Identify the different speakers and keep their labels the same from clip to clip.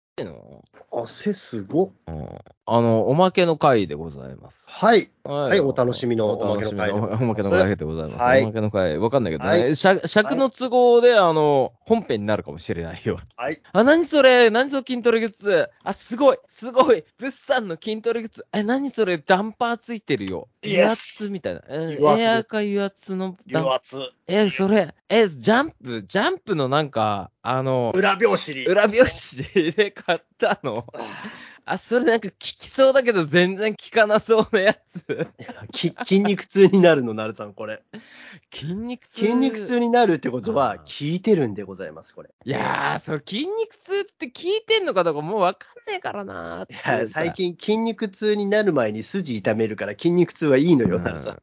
Speaker 1: っての
Speaker 2: 汗すご。
Speaker 1: うん。あの、おまけの回でございます。
Speaker 2: はい。
Speaker 1: は
Speaker 2: はい、お楽しみのおまけの回
Speaker 1: お
Speaker 2: でございます
Speaker 1: まけの回でございます。
Speaker 2: はい
Speaker 1: おまけの回、わかんないけどね、
Speaker 2: はい
Speaker 1: 尺尺の都合で、あの、本編になるかもしれないよ。
Speaker 2: はい。
Speaker 1: あ、何それ何その筋トレグッズあ、すごいすごい物産の筋トレグッズえ、何それダンパーついてるよ。
Speaker 2: Yes
Speaker 1: 油圧みたいな。え
Speaker 2: 油圧です
Speaker 1: エアーか油圧のダン
Speaker 2: 油圧。
Speaker 1: え、それ、え、ジャンプ、ジャンプのなんか、あの、
Speaker 2: 裏表紙 に。
Speaker 1: 裏表紙で買ったの。あ、それなんか効きそうだけど全然効かなそうなや つ。
Speaker 2: き筋肉痛になるの、なるさん、これ。
Speaker 1: 筋肉痛。
Speaker 2: 筋肉痛になるってこと
Speaker 1: あ
Speaker 2: は、
Speaker 1: ー
Speaker 2: 効いてるんでございます、これ。
Speaker 1: いやー、それ筋肉痛って効いてんのかどうかもうわかんないからなーっ
Speaker 2: い
Speaker 1: て
Speaker 2: や最近、筋肉痛になる前に筋痛めるから、筋肉痛はいいのよ、なるさん。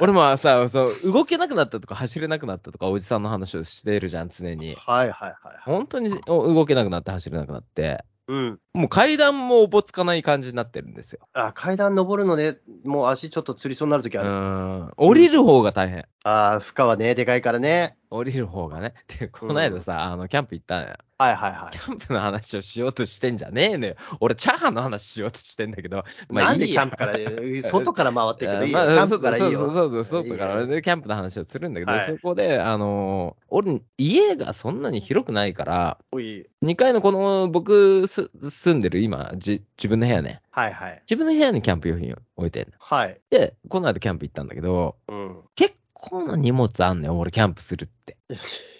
Speaker 1: 俺もさそう、動けなくなったとか走れなくなったとか、おじさんの話をしてるじゃん、常に。
Speaker 2: はいはいはいはい。
Speaker 1: 本当にお動けなくなって走れなくなって、
Speaker 2: うん。
Speaker 1: もう階段もおぼつかない感じになってるんですよ。
Speaker 2: あ、階段登るのね、もう足ちょっとつりそうになるとき
Speaker 1: う
Speaker 2: ある。
Speaker 1: ん。降りる方が大変。
Speaker 2: ああ、負荷はね、でかいからね。
Speaker 1: 降りる方がね。 で、この間さ、あの、キャンプ行ったのよ。
Speaker 2: はいはいは
Speaker 1: キ
Speaker 2: い。
Speaker 1: ャンプの話をしようとしてんじゃねえのよ。俺、チャーハンの話しようとしてんだけ ど。
Speaker 2: なんでキャン
Speaker 1: プ
Speaker 2: プから、 外から回っていくのいいよ。
Speaker 1: ま
Speaker 2: キ
Speaker 1: あ
Speaker 2: ャンプからいい
Speaker 1: そう
Speaker 2: よ。
Speaker 1: そうそうそう、外から
Speaker 2: いい
Speaker 1: でキャンプの話をするんだけど、
Speaker 2: はい
Speaker 1: そこで、あのー俺、家がそんなに広くないから、
Speaker 2: おい
Speaker 1: 2階のこの、僕す、住んでる今、じ、自分の部屋ね。
Speaker 2: はいはい。
Speaker 1: 自分の部屋にキャンプ用品を置いてんの
Speaker 2: はい。
Speaker 1: で、この間キャンプ行ったんだけど、
Speaker 2: うん。
Speaker 1: 結構な荷物あんねん、俺、キャンプするって。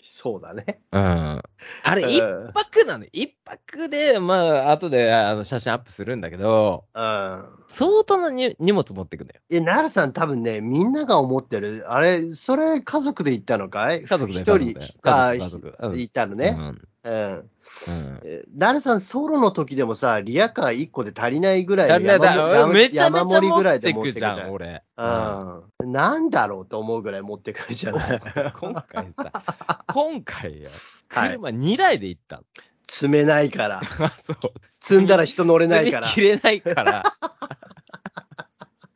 Speaker 2: そうだね。
Speaker 1: うん。あれ、
Speaker 2: うん
Speaker 1: 一泊なの一泊で、まあ、後で、あの、写真アップするんだけど、
Speaker 2: うん。
Speaker 1: 相当なに荷物持ってくんだよ。
Speaker 2: え、なるさん多分ね、みんなが思ってる。あれ、それ家族で行ったのかい
Speaker 1: 家族で
Speaker 2: 一
Speaker 1: 家
Speaker 2: 人
Speaker 1: 族で、
Speaker 2: あ
Speaker 1: 家族家族うん
Speaker 2: 行ったのね。うん。
Speaker 1: うん。うん
Speaker 2: えなるさん、ソロの時でもさ、リアカー1個で足りないぐらい
Speaker 1: だ
Speaker 2: の
Speaker 1: だ
Speaker 2: 山
Speaker 1: だ
Speaker 2: 山
Speaker 1: めちゃめ
Speaker 2: 山
Speaker 1: ちゃ
Speaker 2: 盛りぐ
Speaker 1: 持
Speaker 2: ら
Speaker 1: っ
Speaker 2: い
Speaker 1: て
Speaker 2: で持っ
Speaker 1: く
Speaker 2: てく
Speaker 1: じ
Speaker 2: じ
Speaker 1: ゃ
Speaker 2: ゃ
Speaker 1: ん、
Speaker 2: ん。
Speaker 1: 俺。
Speaker 2: うん。なんだろうと思うぐらい持ってくるじゃない。
Speaker 1: 今回 さ、今回よ、
Speaker 2: はい
Speaker 1: 車2台で行ったの。
Speaker 2: 積めないから。
Speaker 1: あそう。
Speaker 2: 積んだら人乗れないから
Speaker 1: 積。み切れないから。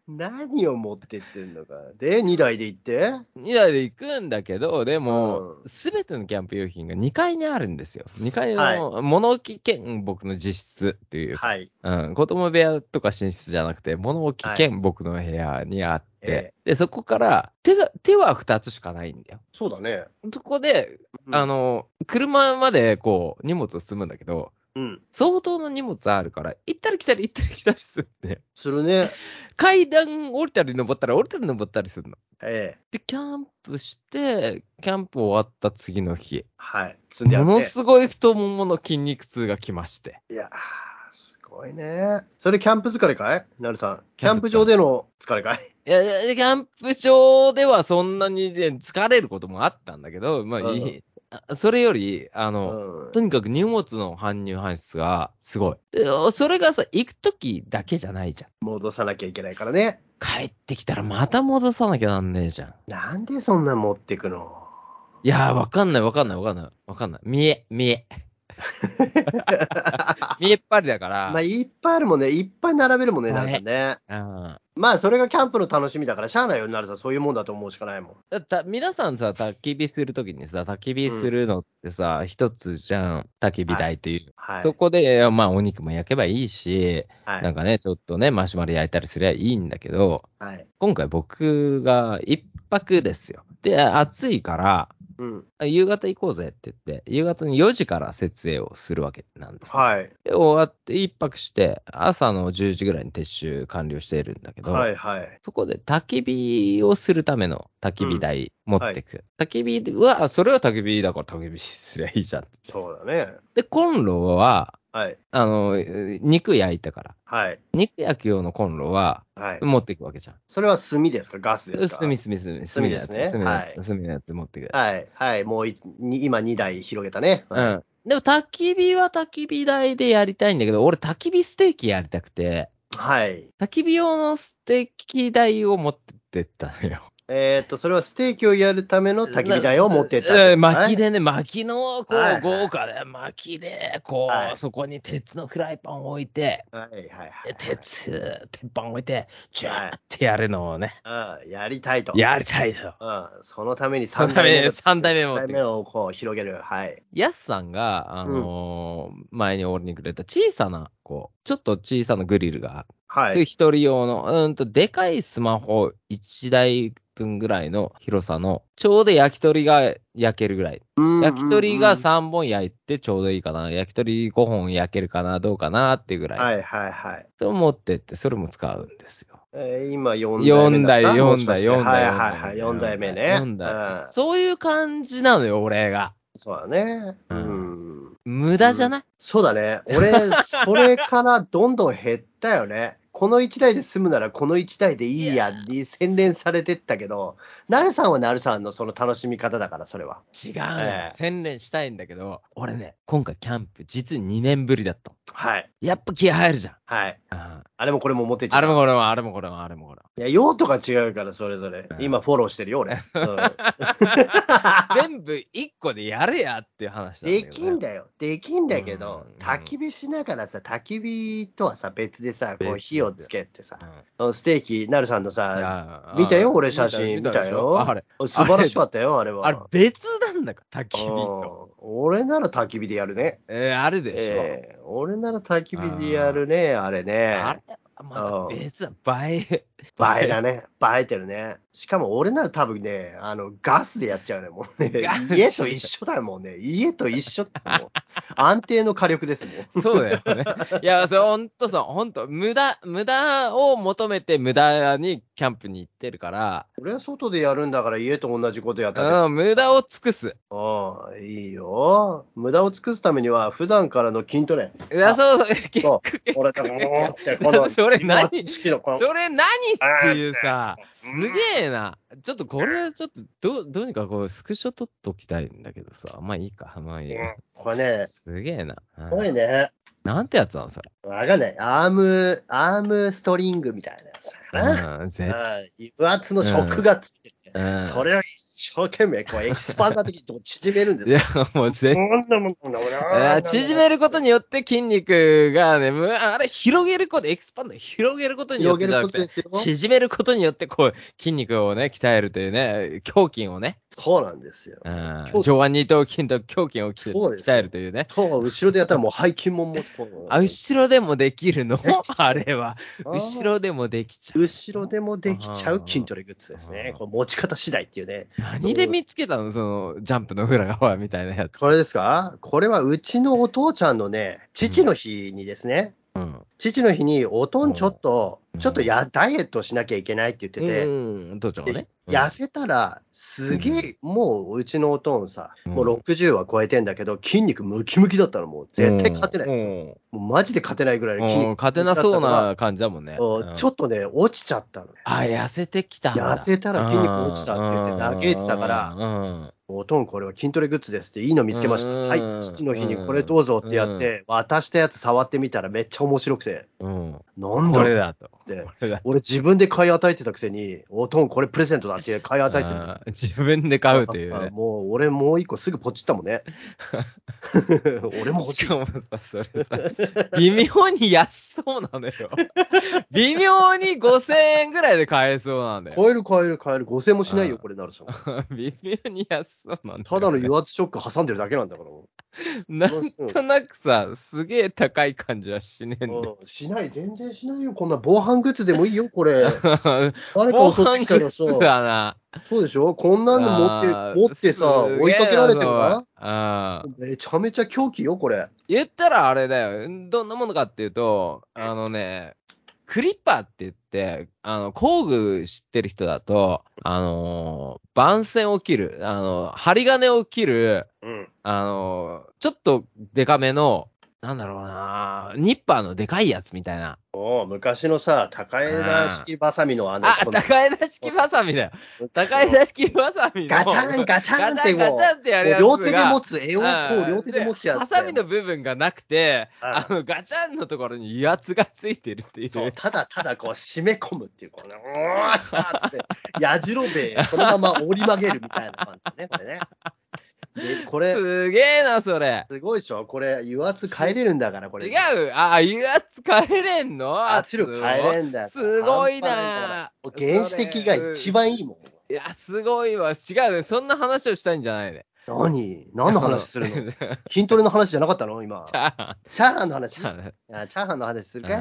Speaker 2: 何を持ってってんのか。で、2台で行って
Speaker 1: 2台で行くんだけど、でも
Speaker 2: う、ん
Speaker 1: すべてのキャンプ用品が2階にあるんですよ。2階
Speaker 2: は
Speaker 1: の物置兼僕の実室っていうか
Speaker 2: はい。
Speaker 1: うん、子供部屋とか寝室じゃなくて、物置兼僕の部屋にあって、
Speaker 2: え
Speaker 1: で、そこから手が、手は2つしかないんだよ。
Speaker 2: そうだね。
Speaker 1: そこで、
Speaker 2: うん
Speaker 1: あの、車までこう、荷物を積むんだけど、
Speaker 2: うん。
Speaker 1: 相当の荷物あるから、行ったり来たり行ったり来たりするんで、
Speaker 2: するね。
Speaker 1: 階段降りたり登ったり降りたり登ったりするの。
Speaker 2: ええ。
Speaker 1: で、キャンプして、キャンプ終わった次の日、
Speaker 2: はい。積んであ
Speaker 1: も
Speaker 2: っ
Speaker 1: の
Speaker 2: て。
Speaker 1: すごい太ももの筋肉痛がきまして。
Speaker 2: いやー、すごいね。それキャンプ疲れかいなるさん。
Speaker 1: キ
Speaker 2: キ
Speaker 1: ャ
Speaker 2: ャ
Speaker 1: ン
Speaker 2: ン
Speaker 1: プ
Speaker 2: プ
Speaker 1: 疲れ
Speaker 2: 場での疲れかい
Speaker 1: いやいや、キャンプ場ではそんなにね疲れることもあったんだけど、まあ、いいあそれより、あ
Speaker 2: う
Speaker 1: の、
Speaker 2: ん。
Speaker 1: とにかく荷物の搬入搬出がすごい。でそれがさ、行くときだけじゃないじゃん。
Speaker 2: 戻さなきゃいけないからね。
Speaker 1: 帰ってきたらまた戻さなきゃなんねえじゃん。
Speaker 2: なんでそんな持ってくの
Speaker 1: いやー、わかんないわかんないわかんないわかんない。見え、見 え。見えっぱりだから。
Speaker 2: まあ、いっぱいあるもんね。いっぱい並べるもんね、
Speaker 1: はい
Speaker 2: なるさんね。
Speaker 1: うん
Speaker 2: まあ、それがキャンプの楽しみだから、しゃあないよ、なるさん。そういうもんだと思うしかないもん。
Speaker 1: だた皆さんさ、焚き火するときにさ、焚き火するのってさ、一、つじゃん、焚き火台という。
Speaker 2: はい。
Speaker 1: そこで、まあ、お肉も焼けばいいし、
Speaker 2: はい
Speaker 1: なんかね、ちょっとね、マシュマロ焼いたりすりゃいいんだけど、
Speaker 2: はい。
Speaker 1: 今回僕が一泊ですよ。で、暑いから、
Speaker 2: うん。
Speaker 1: 夕方行こうぜって言って、夕方に4時から設営をするわけなんですよ。
Speaker 2: はい。
Speaker 1: で、終わって一泊して、朝の10時ぐらいに撤収完了しているんだけど、
Speaker 2: はい。はい。
Speaker 1: そこで焚き火をするための焚き火台持ってく。焚き火は、それは焚き火だから焚き火すりゃいいじゃん。
Speaker 2: そうだね。
Speaker 1: で、コンロは、
Speaker 2: はい。
Speaker 1: あの、え肉焼いたから。
Speaker 2: はい。
Speaker 1: 肉焼く用のコンロは
Speaker 2: はい。
Speaker 1: 持っていくわけじゃん。
Speaker 2: それは炭ですかガスですか
Speaker 1: 炭、炭、炭、炭のやつ
Speaker 2: 炭ですね
Speaker 1: 炭のや
Speaker 2: はい
Speaker 1: つ炭のやつ持ってくる。
Speaker 2: はい。はい。もうい、に今2台広げたね。
Speaker 1: う
Speaker 2: はい
Speaker 1: ん。でも、焚き火は焚き火台でやりたいんだけど、俺、焚き火ステーキやりたくて、
Speaker 2: はい。
Speaker 1: 焚き火用のステーキ台を持ってってったのよ。
Speaker 2: えーっと、それはステーキをやるための 焚き火台を持ってったわけ
Speaker 1: え
Speaker 2: で
Speaker 1: ー
Speaker 2: すね。
Speaker 1: 薪でね、薪の、こ
Speaker 2: は
Speaker 1: う、
Speaker 2: い
Speaker 1: 豪華で、薪で、こ
Speaker 2: は
Speaker 1: う、
Speaker 2: い
Speaker 1: そこに鉄のフライパンを置いて、
Speaker 2: はいはいはいはい
Speaker 1: で鉄、鉄板置いて、ジャーってやるのをね、
Speaker 2: うん、やりたいと。
Speaker 1: やりたいですよ。
Speaker 2: うん、そのために
Speaker 1: その
Speaker 2: 3
Speaker 1: た
Speaker 2: 代
Speaker 1: め
Speaker 2: 目
Speaker 1: に
Speaker 2: の
Speaker 1: 三代目
Speaker 2: 三
Speaker 1: 持っ
Speaker 2: 代
Speaker 1: て
Speaker 2: 目をこう広げる。はい。
Speaker 1: ヤスさんが、あのー前に俺にくれた小さな、こう、ちょっと小さなグリルが、
Speaker 2: は
Speaker 1: そういう
Speaker 2: い。
Speaker 1: 一人用の、うーんと、でかいスマホ1台分ぐらいの広さの、ちょうど焼き鳥が焼けるぐらい。焼き鳥が
Speaker 2: 3
Speaker 1: 3本焼いてちょうどいいかな。焼き鳥5本焼けるかな、どうかなっていうぐらい。
Speaker 2: はいはいはい。
Speaker 1: と思ってって、それも使うんですよ。
Speaker 2: えー今
Speaker 1: 4
Speaker 2: 4
Speaker 1: 台、
Speaker 2: 代目だった。も
Speaker 1: 4
Speaker 2: しか
Speaker 1: 台、
Speaker 2: し
Speaker 1: 4台。
Speaker 2: てはいはいはい。4代目ね。
Speaker 1: 4台
Speaker 2: う。ん
Speaker 1: そういう感じなのよ、俺が。
Speaker 2: そうだね。
Speaker 1: う
Speaker 2: うんん。
Speaker 1: 無駄じゃない、
Speaker 2: そうだね。俺、それからどんどん減ったよね。 この1台で済むならこの1台でいいやに洗練されてったけど、なるさんはなるさんのその楽しみ方だから、それは。
Speaker 1: 違うのよ、
Speaker 2: ええ
Speaker 1: 洗練したいんだけど、俺ね、今回キャンプ、実に2年ぶりだったの。
Speaker 2: はい。
Speaker 1: やっぱ気合入るじゃん。
Speaker 2: はい。
Speaker 1: あ
Speaker 2: あれもこれも持ってっちゃ
Speaker 1: あ
Speaker 2: った
Speaker 1: れもこれも、あれもこれも、あれもこれも。
Speaker 2: いや、用途が違うから、それぞれ。
Speaker 1: うん
Speaker 2: 今、フォローしてる よ、俺。うん
Speaker 1: 全部1個でやれやっていう話なんだ
Speaker 2: で
Speaker 1: けどね、
Speaker 2: きんだよ。できんだけど
Speaker 1: うん、
Speaker 2: 焚き火しながらさ、焚き火とはさ、別でさ、こ
Speaker 1: 別
Speaker 2: う
Speaker 1: で
Speaker 2: 火をつけてさ
Speaker 1: う、ん
Speaker 2: ステーキ、なるさんのさ、
Speaker 1: いや
Speaker 2: 見たよ、
Speaker 1: あ
Speaker 2: 俺写真見た
Speaker 1: でし
Speaker 2: よ
Speaker 1: ょ。あれ、
Speaker 2: 素晴らしかったよ、あれは。
Speaker 1: あれ別なんだから、焚 き火と。
Speaker 2: うん俺なら焚き火でやるね。
Speaker 1: えーあれでしょ。
Speaker 2: ええ俺なら焚き火でやるね、あれ
Speaker 1: あ
Speaker 2: ね
Speaker 1: れ。また別だ、映え。
Speaker 2: 映えだね。映えてるね。しかも俺なら多分ね、あの、ガスでやっちゃうね、もうね
Speaker 1: ガス。
Speaker 2: 家と一緒だもんね。家と一緒っつもう。安定の火力ですも ん。
Speaker 1: そうだよね。いや、そう、ほんとそう、ほんと、無駄、無駄を求めて無駄にキャンプに行ってるから、
Speaker 2: 俺は外でやるんだから家と同じことやった
Speaker 1: うん、無駄を尽くす。
Speaker 2: うん、いいよ。無駄を尽くすためには、普段からの筋トレ。
Speaker 1: いや、
Speaker 2: あ
Speaker 1: そう、結
Speaker 2: そ
Speaker 1: 局
Speaker 2: う、俺ともって、この、
Speaker 1: それ何
Speaker 2: 式のこの、
Speaker 1: それ何っていうさ、すげえな。ちょっとこれ、ちょっとど、どうにかこう、スクショ撮っときたいんだけどさ、まあいいか、まあいいや。
Speaker 2: これね、
Speaker 1: すげえな。うん
Speaker 2: すごいね。
Speaker 1: なんてやつなの、それ。
Speaker 2: わかんない。アーム、アームストリングみたいなやつだな。
Speaker 1: うん、絶
Speaker 2: うん油圧の食がついてて、
Speaker 1: うん
Speaker 2: それを一生懸命こうエキスパンダー的にこう縮めるんです
Speaker 1: い
Speaker 2: よ。
Speaker 1: や、もう絶対。
Speaker 2: こんなもんこんなもん
Speaker 1: あー縮めることによって筋肉がね、むあれ、広げること、エクスパンド、広げることによっ
Speaker 2: 広
Speaker 1: て
Speaker 2: げ
Speaker 1: じゃな
Speaker 2: る
Speaker 1: く
Speaker 2: ことで
Speaker 1: て、
Speaker 2: すよ。
Speaker 1: 縮めることによって、こう、筋肉をね、鍛えるというね、胸筋をね、
Speaker 2: そうなんですよ。
Speaker 1: うん
Speaker 2: そう
Speaker 1: 上腕二頭筋と胸筋をき
Speaker 2: そうです
Speaker 1: 鍛えるというね。
Speaker 2: と、後ろでやったらもう背筋ももうこう
Speaker 1: あ、後ろでもできるの
Speaker 2: え
Speaker 1: あれは。
Speaker 2: あー
Speaker 1: 後ろでもできちゃう。
Speaker 2: 後ろでもできちゃう筋トレグッズですね
Speaker 1: あ。ー
Speaker 2: これ持ち方次第っていうね。
Speaker 1: 何で見つけたのその、ジャンプの裏側みたいなやつ。
Speaker 2: これですかこれはうちのお父ちゃんのね、父の日にですね、
Speaker 1: うん。
Speaker 2: 父の日におとんちょっと
Speaker 1: うん、
Speaker 2: ちょっとやダイエットしなきゃいけないって言ってて、
Speaker 1: うん、どうちゃんがね。
Speaker 2: で痩せたら、すげえ、もううちのおとんさ、
Speaker 1: うん
Speaker 2: もう60は超えてんだけど、筋肉ムキムキだったらもう絶対勝てない。
Speaker 1: う
Speaker 2: も
Speaker 1: ん
Speaker 2: うマジで勝てないぐらいの筋
Speaker 1: うん
Speaker 2: 肉。
Speaker 1: 勝てなそうな感じだもんね。
Speaker 2: おちょ
Speaker 1: っ
Speaker 2: っとね、落ちちゃったのね。
Speaker 1: あ、痩せてきたんだ。
Speaker 2: 痩せたら筋肉落ちたって言って嘆いてたから
Speaker 1: ら、
Speaker 2: おとん、これは筋トレグッズですって、いいの見つけました。
Speaker 1: うん
Speaker 2: はい、父の日にこれどうぞってやって、渡したやつ触ってみたらめっちゃ面白くて、
Speaker 1: うんうん
Speaker 2: なん
Speaker 1: こ
Speaker 2: だ
Speaker 1: れ
Speaker 2: ろう
Speaker 1: だと。
Speaker 2: って
Speaker 1: こ。れだ
Speaker 2: 俺自分で買い与えてたくせに、おとん、これプレゼントだって買い与えてる。
Speaker 1: あー自分で買うっていう
Speaker 2: あ
Speaker 1: ね。
Speaker 2: もう俺もう一個すぐポチったも んね。俺も欲し
Speaker 1: し
Speaker 2: い
Speaker 1: か。もさ、それさ、微妙に安そうなのよ。微妙に5000円ぐらいで買えそうなんだよ。
Speaker 2: 超える超える超える。5000もしない
Speaker 1: あ
Speaker 2: よ、
Speaker 1: ー
Speaker 2: これなるさん。
Speaker 1: 微妙に安そうなんだよ。
Speaker 2: ただの油圧ショック挟んでるだけなん だから。
Speaker 1: なんとなくさ、すげえ高い感じはしねえんだよ。
Speaker 2: うんしない、全然しないよ。こんな防犯グッズでもいいよ、これ。 誰
Speaker 1: 防
Speaker 2: か襲って
Speaker 1: 犯グ
Speaker 2: きたら
Speaker 1: ッ
Speaker 2: さ
Speaker 1: ズ。だな。
Speaker 2: そうでしょこんなの
Speaker 1: あー
Speaker 2: 持って、持ってさ、
Speaker 1: すげえ
Speaker 2: 追いかけられてるな。
Speaker 1: あー
Speaker 2: めちゃめちゃ狂気よ、これ。
Speaker 1: 言ったらあれだよ。どんなものかっていうと、
Speaker 2: うん
Speaker 1: あのね、クリッパーって言って、あの、工具知ってる人だと、あのー番線を切る、あの、針金を切る、
Speaker 2: うん。
Speaker 1: あのーちょっとデカめのなんだろうなニッパーのでかいやつみたいな。
Speaker 2: もう昔のさ、高枝式バサミのあの、
Speaker 1: あ、
Speaker 2: この
Speaker 1: 高枝式バサミだよ。高枝式バサミの。
Speaker 2: ガチャンガチャンってもう
Speaker 1: ガチャンガチャンってやるやつが
Speaker 2: 両手で持つ、絵をこ
Speaker 1: うん
Speaker 2: う両手で持つやつ。
Speaker 1: ハサミの部分がなくて、
Speaker 2: うん
Speaker 1: あの、ガチャンのところに威圧がついてるっていう。
Speaker 2: そうただただこう締め込むっていう、この、うわーっつって、やじろべえ、そのまま折り曲げるみたいな感じね、これね。で、これ、
Speaker 1: すげえな、それ。
Speaker 2: すごいでしょこれ、油圧変えれるんだから、これ。
Speaker 1: 違うあ、油圧変えれんの
Speaker 2: 圧力変えれんだよ。
Speaker 1: すごい
Speaker 2: 半端いんだから
Speaker 1: な
Speaker 2: もう原始的が一番いいもん。
Speaker 1: いや、すごいわ。違うね。そんな話をしたいんじゃないね。
Speaker 2: 何何の話する の筋トレの話じゃなかったの今。
Speaker 1: チャーハン
Speaker 2: チャーハンの話
Speaker 1: チャーハンね
Speaker 2: あチャーハンの話するか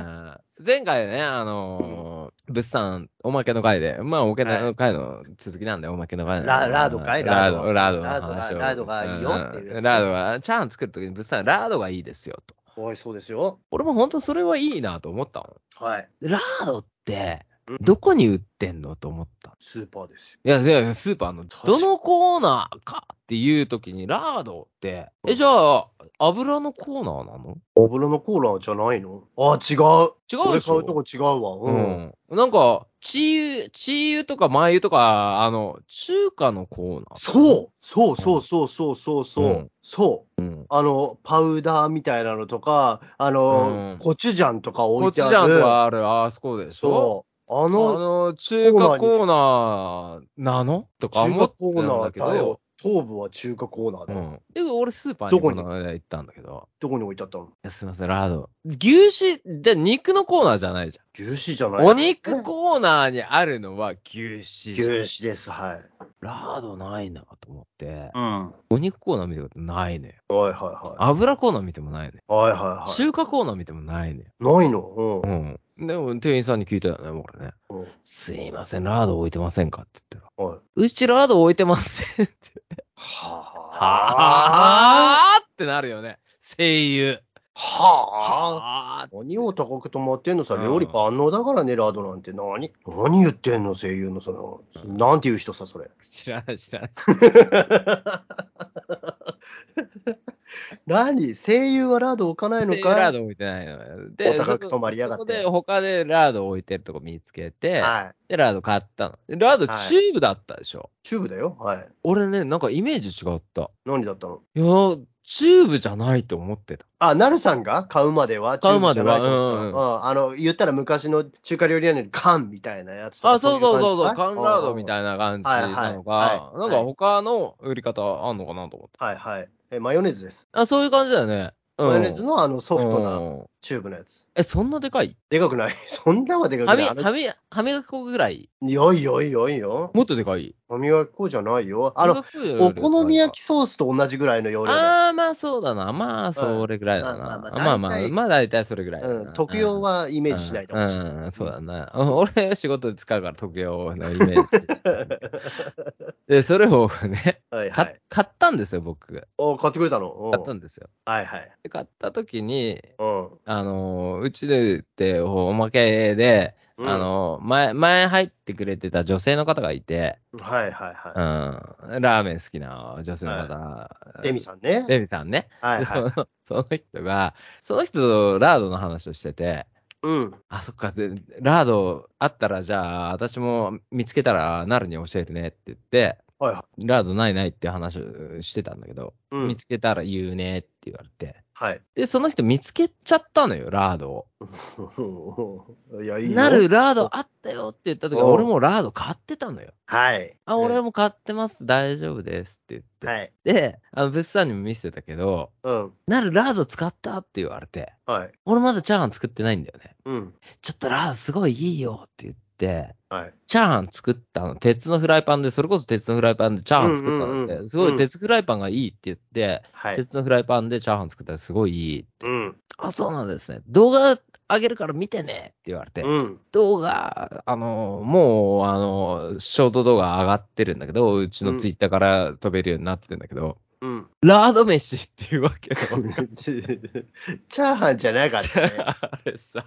Speaker 1: うん前回ね、あのー、物産、おまけの回で、まあ、おまけの回の続きなんで、おまけの回なん
Speaker 2: ラ
Speaker 1: で
Speaker 2: ラードかい
Speaker 1: ラ
Speaker 2: ラー
Speaker 1: ー
Speaker 2: ド
Speaker 1: ド、ラードの
Speaker 2: ラードが
Speaker 1: 話を。
Speaker 2: ラードがいいよっていうやつ
Speaker 1: んラードが、チャーハン作るときに物産、ラードがいいですよと。
Speaker 2: おい、そうですよ。
Speaker 1: 俺も本当それはいいなと思ったの。
Speaker 2: はい。
Speaker 1: ラードって
Speaker 2: うん、
Speaker 1: どこに売ってんのと思った。
Speaker 2: スーパーですよ。
Speaker 1: いや、いやスーパーの、
Speaker 2: かに
Speaker 1: どのコーナーかっていうときに、ラードって、え、じゃあ、油のコーナーなの
Speaker 2: 油のコーラじゃないのあ、違う。
Speaker 1: 違う
Speaker 2: 俺
Speaker 1: でし
Speaker 2: 買
Speaker 1: ょ
Speaker 2: うとこ違うわ。
Speaker 1: う
Speaker 2: うん。
Speaker 1: ん。なんか、チーチー油とか麻油とか、あの、中華のコーナー。。
Speaker 2: そうそうそうそうそうそうそううんそう。
Speaker 1: うん。
Speaker 2: あの、パウダーみたいなのとか、あの、
Speaker 1: うん
Speaker 2: コチュジャンとか置
Speaker 1: コ
Speaker 2: いて
Speaker 1: チュ
Speaker 2: あ
Speaker 1: ジャン
Speaker 2: る。
Speaker 1: とかある、あそこでしょ
Speaker 2: そう。あ
Speaker 1: あの、
Speaker 2: の、
Speaker 1: 中華コーナーなのとか
Speaker 2: 中
Speaker 1: 思
Speaker 2: 華
Speaker 1: ってた
Speaker 2: コ
Speaker 1: ん
Speaker 2: ーナ
Speaker 1: だ
Speaker 2: ー
Speaker 1: け
Speaker 2: だよ
Speaker 1: ど。。
Speaker 2: 東部は中華コーナー
Speaker 1: う
Speaker 2: だよ。
Speaker 1: ん。で、俺スーパーにこの間行ったんだけど。
Speaker 2: どこに置いてあったの
Speaker 1: いやすいません、ラード。牛脂、で肉のコーナーじゃないじゃん。
Speaker 2: 牛脂じゃない
Speaker 1: お肉コーナーにあるのは牛脂
Speaker 2: 牛
Speaker 1: じゃん。
Speaker 2: 脂です、はい。
Speaker 1: ラードないなと思って、
Speaker 2: うん。は
Speaker 1: お肉コーナー見たことないね。
Speaker 2: いはいは
Speaker 1: 油コーナー見てもないね。
Speaker 2: い。はいはいはい。
Speaker 1: 中華コーナー見てもないね。
Speaker 2: ないのうん。
Speaker 1: うん。でも店員さんに聞いたよね、俺ね。
Speaker 2: うん
Speaker 1: すいません、ラード置いてませんかって言ったら。
Speaker 2: はい。
Speaker 1: うちラード置いてませんって。
Speaker 2: はあ。
Speaker 1: はぁーってなるよね。声優。
Speaker 2: はあ。
Speaker 1: はぁー
Speaker 2: 何を高く止まってんのさ、
Speaker 1: うん
Speaker 2: 料理万能だからね、ラードなんて何。何言ってんの、声優のその、なんて言う人さ、それ。
Speaker 1: 知らない知らない。
Speaker 2: 何声優はラード置かないの
Speaker 1: 声優ラ
Speaker 2: か
Speaker 1: ー
Speaker 2: い
Speaker 1: ド置いてないのよ。
Speaker 2: お高く止まりやが
Speaker 1: そ
Speaker 2: って
Speaker 1: こで他でラード置いてるとこ見つけて、
Speaker 2: はい。
Speaker 1: で、ラード買ったの。でラードチ
Speaker 2: はい
Speaker 1: ューブだったでしょ。
Speaker 2: チューブだよ。はい。
Speaker 1: 俺ね、なんかイメージ違った。
Speaker 2: 何だったの
Speaker 1: いやー、チューブじゃないと思ってた。
Speaker 2: あ、なるさんが買うまでは、
Speaker 1: 買うまでは
Speaker 2: チューブじゃないと思ってた
Speaker 1: う
Speaker 2: うんあの、言ったら昔の中華料理屋の缶みたいなやつとか。
Speaker 1: あ、そうそうそうそう、
Speaker 2: い
Speaker 1: カンラードみたいな感じなのが、
Speaker 2: はいはい
Speaker 1: な
Speaker 2: はい
Speaker 1: んか他の売り方あんのかなと思って。
Speaker 2: 感じかい。はいはい。え、マヨネーズです。
Speaker 1: あ、そういう感じだよね。うん
Speaker 2: マヨネーズのあのソフト
Speaker 1: う
Speaker 2: なんチューブのやつ。
Speaker 1: え、そんなでかい
Speaker 2: でかくない そんなはでかく
Speaker 1: は
Speaker 2: な
Speaker 1: み、
Speaker 2: い。あ
Speaker 1: はみ、歯磨き粉ぐらい
Speaker 2: のよいよいよいよ。
Speaker 1: もっとでかい
Speaker 2: 歯磨き粉じゃないよ。あの、、お好み焼き
Speaker 1: き。
Speaker 2: ソースと同じぐらいの容量だよ
Speaker 1: あー、まあそうだな。まあ、それぐらいだ
Speaker 2: ま
Speaker 1: な。
Speaker 2: あまあまあ
Speaker 1: まあまあ
Speaker 2: 大、体
Speaker 1: まあ大体それぐらいだな。
Speaker 2: うん、特用
Speaker 1: イ
Speaker 2: はイメージしないでほしい。
Speaker 1: うん、うんそうだな。俺、仕事で使うから特用のイメ ージ。で、それをね、
Speaker 2: はいは
Speaker 1: か
Speaker 2: い。
Speaker 1: 買ったんですよ、僕。
Speaker 2: お買ってくれたのうん
Speaker 1: 買ったんですよ。
Speaker 2: はいはい。
Speaker 1: で買った時に、
Speaker 2: うん。
Speaker 1: あのーうちでっておまけで、
Speaker 2: うん
Speaker 1: あ、のー前前入ってくれてた女性の方がいて、
Speaker 2: はいはい
Speaker 1: うん、
Speaker 2: は
Speaker 1: ラーメン好きな女性の方、
Speaker 2: い。デミさんね。
Speaker 1: デミさんね、
Speaker 2: はいはい。
Speaker 1: そのその人がその人とラードの話をしてて
Speaker 2: うん。
Speaker 1: あそっかでラードあったらじゃあ私も見つけたらなるに教えてねって言って
Speaker 2: はいは
Speaker 1: ラードないないっていう話をしてたんだけど、
Speaker 2: い。うん
Speaker 1: 見つけたら言うねって言われて
Speaker 2: はい。
Speaker 1: でその人見つけちゃったのよラードを。
Speaker 2: いや、いいよ
Speaker 1: なる。ラードあったよって言った時は
Speaker 2: うん
Speaker 1: 俺もラード買ってたのよ。
Speaker 2: はい。
Speaker 1: あ、俺も買ってます、大丈夫ですって言って。
Speaker 2: はい。
Speaker 1: で、あの、物産にも見せてたけど、
Speaker 2: うん。
Speaker 1: なるラード使ったって言われて、
Speaker 2: はい。
Speaker 1: 俺まだチャーハン作ってないんだよね。
Speaker 2: うん。
Speaker 1: ちょっとラードすごいいいよって言って、
Speaker 2: はい。
Speaker 1: チャーハン作ったの、鉄のフライパンで、それこそ鉄のフライパンでチャーハン作ったのって、
Speaker 2: うんうんうん
Speaker 1: すごい鉄フライパンがいいって言って、
Speaker 2: はい。
Speaker 1: 鉄のフライパンでチャーハン作ったらすごいいい。
Speaker 2: うん。
Speaker 1: あ、そうなんですね。動画上げるから見てねって言われて、
Speaker 2: うん。
Speaker 1: 動画、あの、もう、あの、ショート動画上がってるんだけど、うち
Speaker 2: う
Speaker 1: の
Speaker 2: ん
Speaker 1: ツイッターから飛べるようになってるんだけど、
Speaker 2: うん。
Speaker 1: ラード飯っていうわけの。
Speaker 2: チャーハンじゃなかったね。
Speaker 1: あれさ、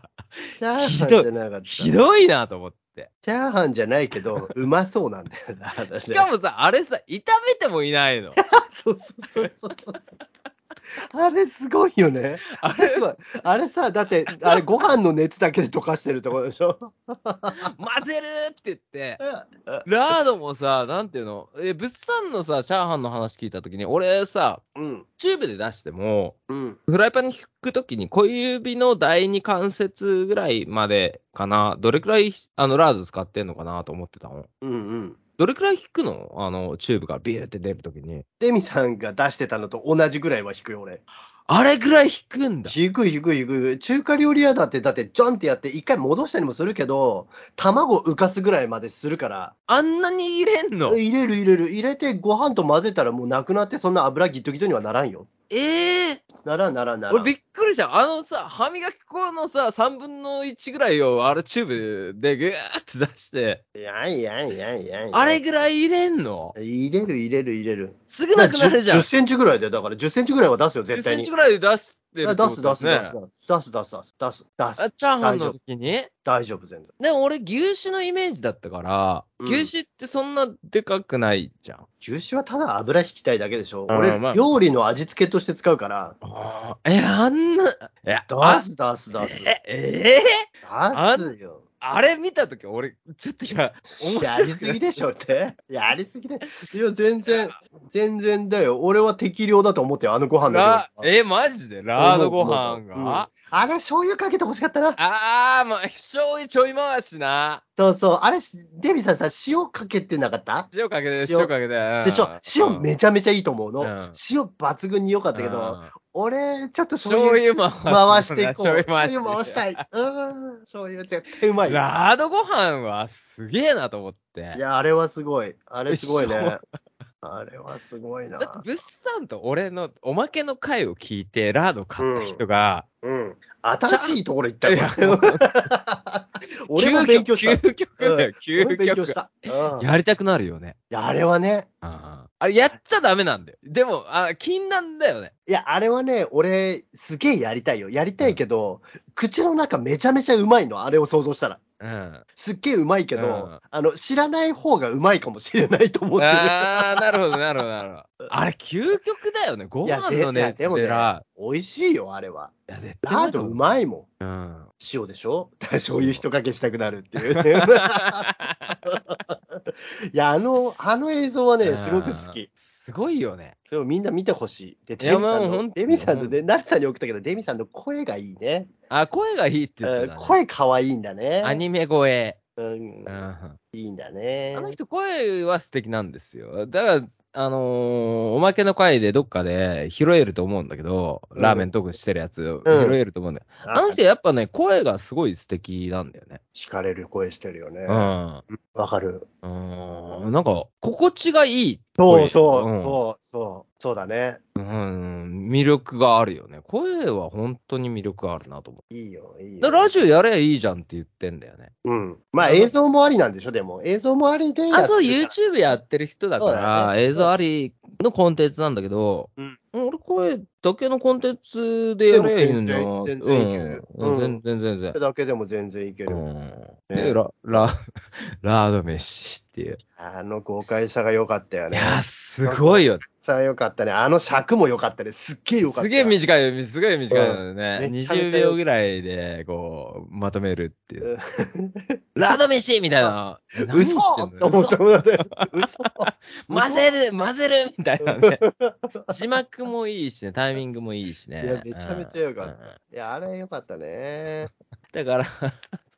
Speaker 2: チャーハンじゃなかった。
Speaker 1: ひ
Speaker 2: チ
Speaker 1: どいなと思って。
Speaker 2: ャーハンじゃないけど、うまそうなんだよな。私
Speaker 1: しかもさ、あれさ、炒めてもいないの。
Speaker 2: そうそうそうそう。あれすごいよね。
Speaker 1: あ
Speaker 2: あれすごい。あれさ、だって、あれご飯の熱だけで溶かしてるところでしょ。
Speaker 1: 混ぜるって言って、ラードもさ、なんていうの、え、物産のさ、チャーハンの話聞いたときに、俺さ、
Speaker 2: うん。
Speaker 1: チューブで出しても、
Speaker 2: うん。
Speaker 1: フライパンに引くときに小指の第二関節ぐらいまでかな、どれくらいあのラード使ってんのかなと思ってたの。
Speaker 2: うんうん。
Speaker 1: どれくらい引くのあの、チューブからビューって出るときに。
Speaker 2: デミさんが出してたのと同じぐらいは引くよ、俺。
Speaker 1: あれくらい引くんだ。
Speaker 2: 引く引く引く引く。中華料理屋だって、だって、ジョンってやって、一回戻したりもするけど、卵浮かすぐらいまでするから、
Speaker 1: あんなに入れんの
Speaker 2: 入れる入れる。入れて、ご飯と混ぜたらもうなくなって、そんな油ギットギトにはならんよ。
Speaker 1: ええ
Speaker 2: ならんならんならん。
Speaker 1: 俺びっくりした。あのさ、歯磨き粉のさ、3分の1ぐらいをあれチューブでぐーって出して、
Speaker 2: いやいやいやいやいや
Speaker 1: あれぐらい入れんの
Speaker 2: 入れる入れる入れる。
Speaker 1: すぐなくなるじゃん。
Speaker 2: 10 10センチぐらいで、だから10センチぐらいは出すよ、
Speaker 1: 10
Speaker 2: 絶
Speaker 1: セ
Speaker 2: 対
Speaker 1: ン
Speaker 2: に
Speaker 1: チ。ぐらいで出してる
Speaker 2: あ
Speaker 1: ってこと
Speaker 2: 出す出す
Speaker 1: ね
Speaker 2: 出す出す出す出す出す出す
Speaker 1: あチャーハンの時に
Speaker 2: 大丈夫全然。
Speaker 1: でも俺、牛脂のイメージだったから、
Speaker 2: うん
Speaker 1: 牛脂ってそんなでかくないじゃん。
Speaker 2: 牛脂はただ油引きたいだけでしょ。
Speaker 1: あー
Speaker 2: 俺、
Speaker 1: まあ
Speaker 2: 料理の味付けとして使うから、
Speaker 1: ああ、え、あんな、え、
Speaker 2: 出す出す出す。
Speaker 1: あえ、え
Speaker 2: 出すよ。
Speaker 1: あれ見たとき、俺、ちょっといや、面
Speaker 2: や
Speaker 1: 白
Speaker 2: り
Speaker 1: く
Speaker 2: す
Speaker 1: な
Speaker 2: ぎ
Speaker 1: い
Speaker 2: でしょって。やりすぎで。いや、全然、全然だよ。俺は適量だと思ってよ、あのご飯の量
Speaker 1: ラえ、マジでラードご飯が、
Speaker 2: うん
Speaker 1: あ
Speaker 2: あれ、醤油かけてほしかったな。
Speaker 1: あー、まあ、醤油ちょい回しな。
Speaker 2: そうそう。あれ、デビさんさ、塩かけてなかった
Speaker 1: 塩かけて、
Speaker 2: 塩
Speaker 1: 塩かけて。うん
Speaker 2: でしょ塩めちゃめちゃいいと思うの。
Speaker 1: うん
Speaker 2: 塩抜群に良かったけ
Speaker 1: う
Speaker 2: ど、
Speaker 1: ん
Speaker 2: 俺、ちょっと醤
Speaker 1: 醤
Speaker 2: 油
Speaker 1: 油回
Speaker 2: 回していこう。
Speaker 1: 醤油
Speaker 2: 醤
Speaker 1: 回して
Speaker 2: 油回したい。うん、醤油絶対うまい。いや、
Speaker 1: ラードご飯はすげえなと思って。
Speaker 2: あれはすごい。あれすごい
Speaker 1: でし
Speaker 2: ね。あれはすごい
Speaker 1: だって
Speaker 2: な。
Speaker 1: 物産と俺のおまけの回を聞いてラード買った人が、
Speaker 2: うん。新しいところ行った
Speaker 1: い
Speaker 2: よ
Speaker 1: や。
Speaker 2: これ 俺も勉強した。
Speaker 1: 究極だよ、
Speaker 2: 俺
Speaker 1: 究
Speaker 2: 勉強
Speaker 1: 極
Speaker 2: した。うんい
Speaker 1: やりたくなるよね。
Speaker 2: や、あれはね、
Speaker 1: あれやっちゃダメなんだよ。でも、あ禁断だよね。
Speaker 2: いや、あれはね、俺、すげえやりたいよ。やりたいけど、口の中めちゃめちゃうまいの、あれを想像したら。
Speaker 1: うん。
Speaker 2: すっげえうまいけど、
Speaker 1: うん
Speaker 2: あの知らない方がうまいかもしれないと思ってる。
Speaker 1: ああ、なるほど、なるほど、なるほど。あれ、究極だよね。ご
Speaker 2: いや
Speaker 1: 飯の
Speaker 2: でいや
Speaker 1: ね、
Speaker 2: でもね
Speaker 1: つら
Speaker 2: 美味しいよ、あれは。
Speaker 1: いや、絶対
Speaker 2: ラードうまいもん。
Speaker 1: うん。
Speaker 2: 塩でしょ醤油一かけしたくなるっていう ね。いや、あの、あの映像はね、すごく好
Speaker 1: うん
Speaker 2: き。。
Speaker 1: すごいよね。
Speaker 2: それをみんな見てほしい。で、
Speaker 1: い
Speaker 2: デ
Speaker 1: や
Speaker 2: ミさん
Speaker 1: もうほん
Speaker 2: の、デミさんのね、ナルさんに送ったけど、デミさんの声がいいね。
Speaker 1: あ、声がいいって言って
Speaker 2: うん
Speaker 1: た、ね。
Speaker 2: 声可愛いんだね。
Speaker 1: アニメ声。
Speaker 2: うん
Speaker 1: う、ん。
Speaker 2: いいんだね
Speaker 1: あ。の人、声は素敵なんですよ。だから、あのーおまけの回でどっかで拾えると思うんだけど、
Speaker 2: うん
Speaker 1: ラーメントークしてるやつ、拾えると思うんだけど、あ
Speaker 2: あ
Speaker 1: の人、やっぱね、声がすごい素敵なんだよね。
Speaker 2: 惹かれる声してるよね。
Speaker 1: うん。
Speaker 2: わかる。
Speaker 1: うん、なんか、心地がいい
Speaker 2: そ
Speaker 1: 声。
Speaker 2: うそう、
Speaker 1: ん
Speaker 2: そう、そう、そうだね。
Speaker 1: うん、魅力があるよね。声は本当に魅力があるなと思。
Speaker 2: いいよ、いいうよ。
Speaker 1: だからラジオやればいいじゃんって言ってんだよね。
Speaker 2: うん。まあ映像もありなんでしょ、でも。映像もありでやってる
Speaker 1: あ、そう、
Speaker 2: から
Speaker 1: YouTube やってる人だか
Speaker 2: そうだ
Speaker 1: ら、
Speaker 2: よね
Speaker 1: 映像ありのコンテンツなんだけど、
Speaker 2: うん
Speaker 1: 俺、声だけのコンテンツでやればいいのにな
Speaker 2: でも全然全然いける
Speaker 1: うん
Speaker 2: うん
Speaker 1: 全然全然
Speaker 2: そ。れだけでも全然いけ
Speaker 1: う
Speaker 2: る。
Speaker 1: ん
Speaker 2: ね
Speaker 1: で、ラ、ラ、 ラード飯っていう。
Speaker 2: あの豪快さが良かったよ
Speaker 1: い
Speaker 2: ね。
Speaker 1: や、すごいよ。
Speaker 2: さあ良かったね。あの尺も良かったね。すっげえ良かった。
Speaker 1: すげえ短いよ、すげえ短いので
Speaker 2: う
Speaker 1: ね、
Speaker 2: んめちゃめちゃ
Speaker 1: 20秒ぐらいで、こう、まとめるっていう。ラード飯みたいな。
Speaker 2: 嘘
Speaker 1: 何言
Speaker 2: って
Speaker 1: んの
Speaker 2: 思ったもんね。嘘
Speaker 1: 混ぜる、混ぜるみたいな ね。字幕もいいしね、タイミングもいいしね。
Speaker 2: いやめちゃめちゃよかった
Speaker 1: うんうん
Speaker 2: いや、あれ良かったね。
Speaker 1: だから、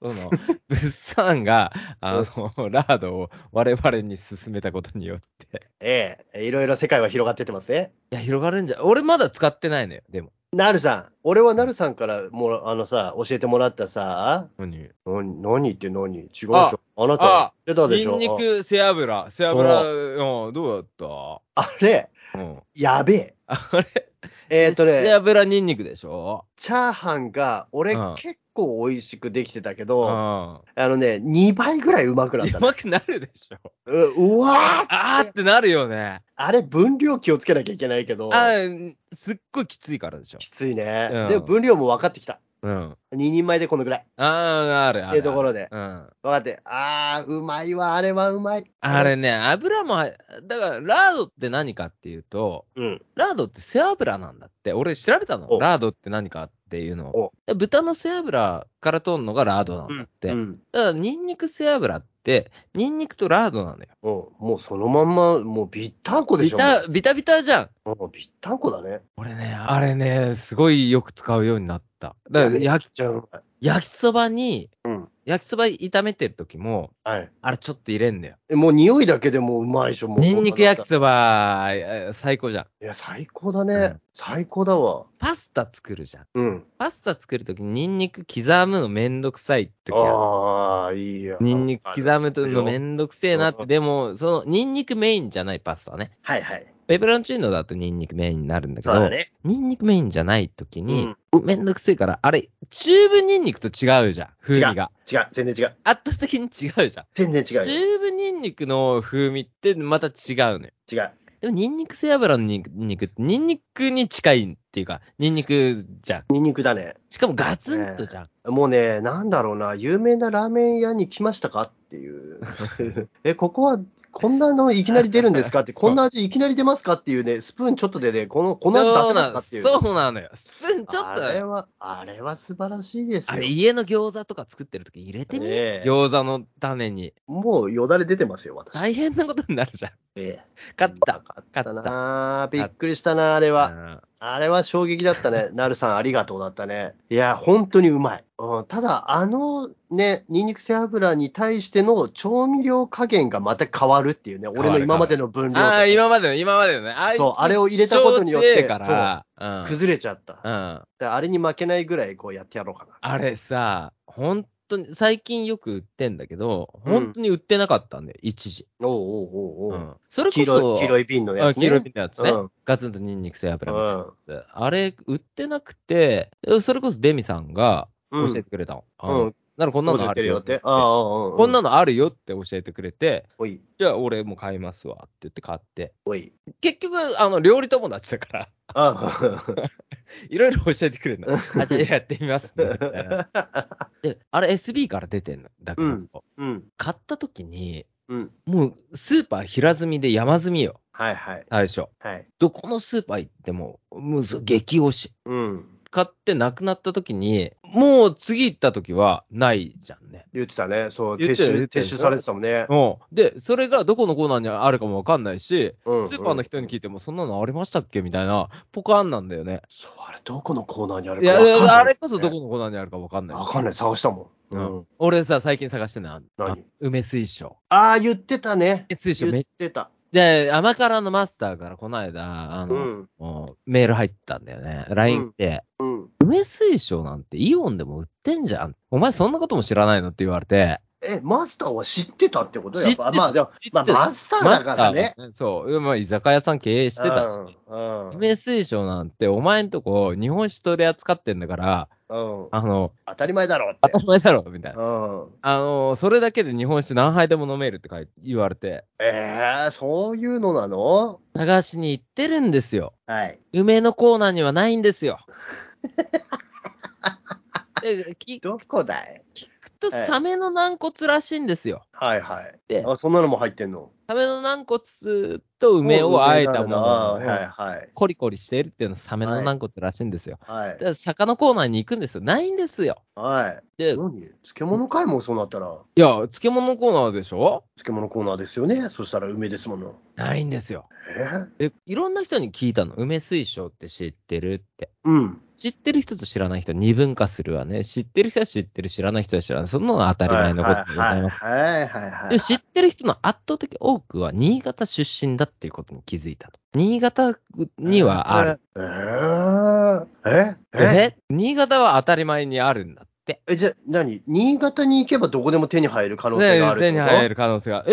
Speaker 1: その、物産が、あの、ラードを我々に進めたことによって。
Speaker 2: ええ、いろいろ世界は広がってってますね。
Speaker 1: いや、広がるんじゃ、俺まだ使ってないのよ、でも。
Speaker 2: なるさん、俺はなるさんからもらあのさ、教えてもらったさ、
Speaker 1: 何
Speaker 2: 何何言って何違うでし
Speaker 1: あ
Speaker 2: ょあな
Speaker 1: あ
Speaker 2: た言ってたで
Speaker 1: ニ
Speaker 2: しょ
Speaker 1: ンニク、背脂、背脂、うん、どうだっ
Speaker 2: ああれ、
Speaker 1: たうん。
Speaker 2: やべえ。
Speaker 1: あれ
Speaker 2: えー、っとね。
Speaker 1: 背脂ニンニクでしょ
Speaker 2: チャーハンが俺
Speaker 1: うん
Speaker 2: 結構美味しくできてたけ
Speaker 1: うん。
Speaker 2: ど、
Speaker 1: う
Speaker 2: あのね、2倍ぐらいうまくなったね、
Speaker 1: まくなるでしょ。
Speaker 2: ううわー
Speaker 1: あーってなるよね。
Speaker 2: あれ分量気をつけなきゃいけないけど、
Speaker 1: あーすっごいきついからでしょ。
Speaker 2: きついね、
Speaker 1: うん
Speaker 2: で、分量も分かってきた。
Speaker 1: うん。
Speaker 2: 2人前でこのぐらい。
Speaker 1: ああ、ある、ある。
Speaker 2: っていうところで
Speaker 1: うん。
Speaker 2: 分かって、あー、うまいわ、あれはうまい。
Speaker 1: あれね、油もは、だから、ラードって何かっていうと、
Speaker 2: うん。
Speaker 1: ラードって背脂なんだって。俺調べたの。
Speaker 2: お
Speaker 1: ラードって何かっていうのを
Speaker 2: お。
Speaker 1: で豚の背脂から取るのがラードなんだって。
Speaker 2: うん。
Speaker 1: だから、ニンニク背脂って、ニンニクとラードなのよ。
Speaker 2: うん、もうそのまんま、もうビッタンコで
Speaker 1: ビ
Speaker 2: しょ。
Speaker 1: タ、ビタビタじゃん。
Speaker 2: もうもうビッタンコだね。
Speaker 1: 俺ね、あれね、すごいよく使うようになった。だから、焼き、
Speaker 2: じゃん。
Speaker 1: 焼きそばに、
Speaker 2: うん。
Speaker 1: 焼きそば炒めてる時も、
Speaker 2: はい。
Speaker 1: あれちょっと入れんだよ。
Speaker 2: えもう匂いだけでもううまいでしょ、もう。
Speaker 1: ニンニク焼きそば、え最高じゃん。
Speaker 2: いや、最高だね。
Speaker 1: うん
Speaker 2: 最高だわ。
Speaker 1: パスタ作るじゃん。
Speaker 2: うん。
Speaker 1: パスタ作るときにニンニク刻むのめんどくさい時あ
Speaker 2: ああ、いいや。
Speaker 1: る。ニンニク刻むのめんどくせえなっ
Speaker 2: う
Speaker 1: て、
Speaker 2: ん
Speaker 1: でも、そのニンニクメインじゃないパスタはね。
Speaker 2: はいはい。
Speaker 1: ペペロンチーノだとニンニクメインになるんだけ
Speaker 2: そうだ
Speaker 1: ど、
Speaker 2: ね。
Speaker 1: ニンニクメインじゃない時
Speaker 2: う
Speaker 1: に
Speaker 2: ん、。
Speaker 1: めんどくせえから、あれ、チューブニンニクと違うじゃん、風味が。
Speaker 2: 違う、全然違う。
Speaker 1: 圧倒的に違うじゃん。
Speaker 2: 全然
Speaker 1: チュ
Speaker 2: 違う
Speaker 1: ー
Speaker 2: よ。
Speaker 1: ブニンニクの風味ってまた違うのよ。
Speaker 2: 違う。
Speaker 1: でも、ニンニク背脂のニンニクって、ニンニクに近いっていうか、ニンニクじゃん。
Speaker 2: ニンニクだね。
Speaker 1: しかもガツンとじゃん。
Speaker 2: もうね、なんだろうな、有名なラーメン屋に来ましたかっていう。 え、ここは、こんなのいきなり出るんですかって、こんな味いきなり出ますかっていうね、スプーンちょっとでね、この、この味出せますかっていう。
Speaker 1: そうなのよ。スプーンちょっと
Speaker 2: あ
Speaker 1: だ
Speaker 2: れ
Speaker 1: よ。
Speaker 2: は、あれは素晴らしいです
Speaker 1: あれ、
Speaker 2: よ。
Speaker 1: 家の餃子とか作ってるとき入れてみ、
Speaker 2: ねえ
Speaker 1: 餃子の種に。
Speaker 2: もうよだれ出てますよ、私。
Speaker 1: 大変なことになるじゃん。
Speaker 2: ええ
Speaker 1: 勝っ
Speaker 2: う
Speaker 1: た
Speaker 2: ま。かった
Speaker 1: 勝
Speaker 2: なびっくりしたなあれは。あれは衝撃だったね。 なるさん、ありがとうだったね。いや、本当にうまい。うん、ただ、あのね、ニンニク背脂に対しての調味料加減がまた変わるっていうね、
Speaker 1: わる
Speaker 2: 俺の今までの分量
Speaker 1: ああ、
Speaker 2: と
Speaker 1: 今までの、今までのね。あ
Speaker 2: そうあれを入れたことによっ
Speaker 1: 主張
Speaker 2: て
Speaker 1: 強いから。うん
Speaker 2: 崩れちゃった。
Speaker 1: うん。
Speaker 2: であれに負けないぐらいこうやってやろうかな。
Speaker 1: あれさ、本当に、最近よく売ってんだけど、
Speaker 2: うん
Speaker 1: 本当に売ってなかったんだよ、一時。
Speaker 2: おうおうおう
Speaker 1: う
Speaker 2: おう、
Speaker 1: んそれこ
Speaker 2: 黄
Speaker 1: そ
Speaker 2: 色い、、黄色い瓶のや
Speaker 1: あ
Speaker 2: つ
Speaker 1: 黄
Speaker 2: ね。
Speaker 1: 色い瓶のやつね
Speaker 2: うん。
Speaker 1: ガツンとニンニク背脂みたいな
Speaker 2: うん
Speaker 1: あれ、売ってなくて、それこそデミさんが教えてくれたの。
Speaker 2: うん
Speaker 1: あならこんなのあるよ
Speaker 2: こうやってるよって。ああ、うんうん。
Speaker 1: こんなのあるよって教えてくれて、
Speaker 2: おい、
Speaker 1: じゃあ俺も買いますわって言って買って。
Speaker 2: お い。
Speaker 1: 結局、あの、料理友達だから、
Speaker 2: ああ、
Speaker 1: いろいろ教えてくれるの。あ、じゃあやってみますねみたい な。で、あれ SB から出てんのだけど、
Speaker 2: うんうん。
Speaker 1: 買った時に、
Speaker 2: うん。
Speaker 1: もうスーパー平積みで山積みよ、
Speaker 2: はいはい。
Speaker 1: 最初。
Speaker 2: はい。
Speaker 1: どこのスーパー行っても、もう激推し。
Speaker 2: うん。
Speaker 1: 買ってなくなった時に、もう次行った時はないじゃんね。
Speaker 2: 言ってたね。そう、
Speaker 1: 言
Speaker 2: 撤
Speaker 1: ってた
Speaker 2: 収
Speaker 1: よ、言ってた
Speaker 2: 撤
Speaker 1: よ
Speaker 2: 収されてたもんね。
Speaker 1: うん、で、それがどこのコーナーにあるかもわかんないし、
Speaker 2: うん
Speaker 1: スーパーの人に聞いても、そんなのありましたっけみたいな、ポカーンなんだよね。
Speaker 2: そう、あれ、どこのコーナーにあ
Speaker 1: い
Speaker 2: るか
Speaker 1: や、
Speaker 2: わかんない。
Speaker 1: あれこそどこのコーナーにあるかわかんない。
Speaker 2: わかんない。探したもん。
Speaker 1: う
Speaker 2: うんん。
Speaker 1: 俺さ、最近探してんのあの
Speaker 2: 何
Speaker 1: 梅水晶。
Speaker 2: ああ、言ってたね。
Speaker 1: 梅水晶
Speaker 2: 言
Speaker 1: め
Speaker 2: ってた。
Speaker 1: で、甘辛のマスターからこの間、あ
Speaker 2: う
Speaker 1: の、
Speaker 2: ん。
Speaker 1: もうメール入ったんだよね。LINE って、
Speaker 2: うん。
Speaker 1: 梅水晶なんてイオンでも売ってんじゃん。お前そんなことも知らないのって言われて、
Speaker 2: え、マスターは知ってたってことやっ
Speaker 1: 知って
Speaker 2: ぱ。
Speaker 1: た
Speaker 2: まあ、でも
Speaker 1: 知って、
Speaker 2: ま
Speaker 1: た
Speaker 2: あ、マスターだからね。
Speaker 1: マスターだから。そう、まあ、居酒屋さん経営してたし。
Speaker 2: うん。うん。
Speaker 1: 梅水晶なんて、お前んとこ、日本酒取り扱ってんだから、
Speaker 2: うん
Speaker 1: あの、
Speaker 2: 当たり前だろうって
Speaker 1: 当た。り前だろ、みたいな。
Speaker 2: うん。
Speaker 1: あの、それだけで日本酒何杯でも飲めるって書い言われて、
Speaker 2: ええ、そういうのなの
Speaker 1: 流しに行ってるんですよ。
Speaker 2: はい。
Speaker 1: 梅のコーナーにはないんです よ。で聞く
Speaker 2: どこだい
Speaker 1: と、
Speaker 2: はい
Speaker 1: サメの軟骨らしいんですよ。
Speaker 2: はいはい。
Speaker 1: で
Speaker 2: あ、そんなのも入ってんの
Speaker 1: サメの軟骨と梅をあえたも
Speaker 2: あ
Speaker 1: の
Speaker 2: あはいはい。
Speaker 1: コリコリしてるっていうのはサメの軟骨らしいんですよ。
Speaker 2: はい。
Speaker 1: で坂のコーナーに行くんですよ。ないんですよ。
Speaker 2: はい。
Speaker 1: で、
Speaker 2: 何漬物かいもんそうなったら。
Speaker 1: いや、漬物コーナーでしょ
Speaker 2: 漬物コーナーですよね。そしたら梅ですもの。
Speaker 1: ないんですよ。
Speaker 2: え
Speaker 1: で、いろんな人に聞いたの。梅水晶って知ってるって。
Speaker 2: うん。
Speaker 1: 知ってる人と知らない人、二分化するわね。知ってる人は知ってる、知らない人は知らない。そんなのは当たり前のことでございます。
Speaker 2: はいはいはいはいはい。
Speaker 1: で知ってる人の圧倒的多くは新潟出身だっていうことに気づいたと。新潟にはある。
Speaker 2: る。えー、ええ
Speaker 1: え新潟は当たり前にあるんだって。
Speaker 2: えじゃあ何新潟に行けばどこでも手に入る可能性
Speaker 1: ね
Speaker 2: があるって
Speaker 1: 手
Speaker 2: こ
Speaker 1: に
Speaker 2: と、
Speaker 1: 入る可能性が。え、